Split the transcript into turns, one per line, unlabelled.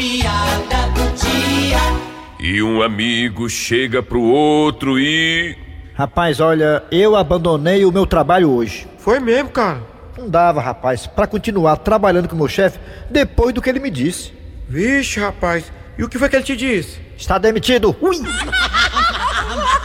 piada do dia.
E um amigo chega pro outro e.
Rapaz, olha, eu abandonei o meu trabalho hoje.
Foi mesmo, cara.
Não dava, rapaz, pra continuar trabalhando com o meu chefe depois do que ele me disse.
Vixe, rapaz. E o que foi que ele te disse?
Está demitido. Ui!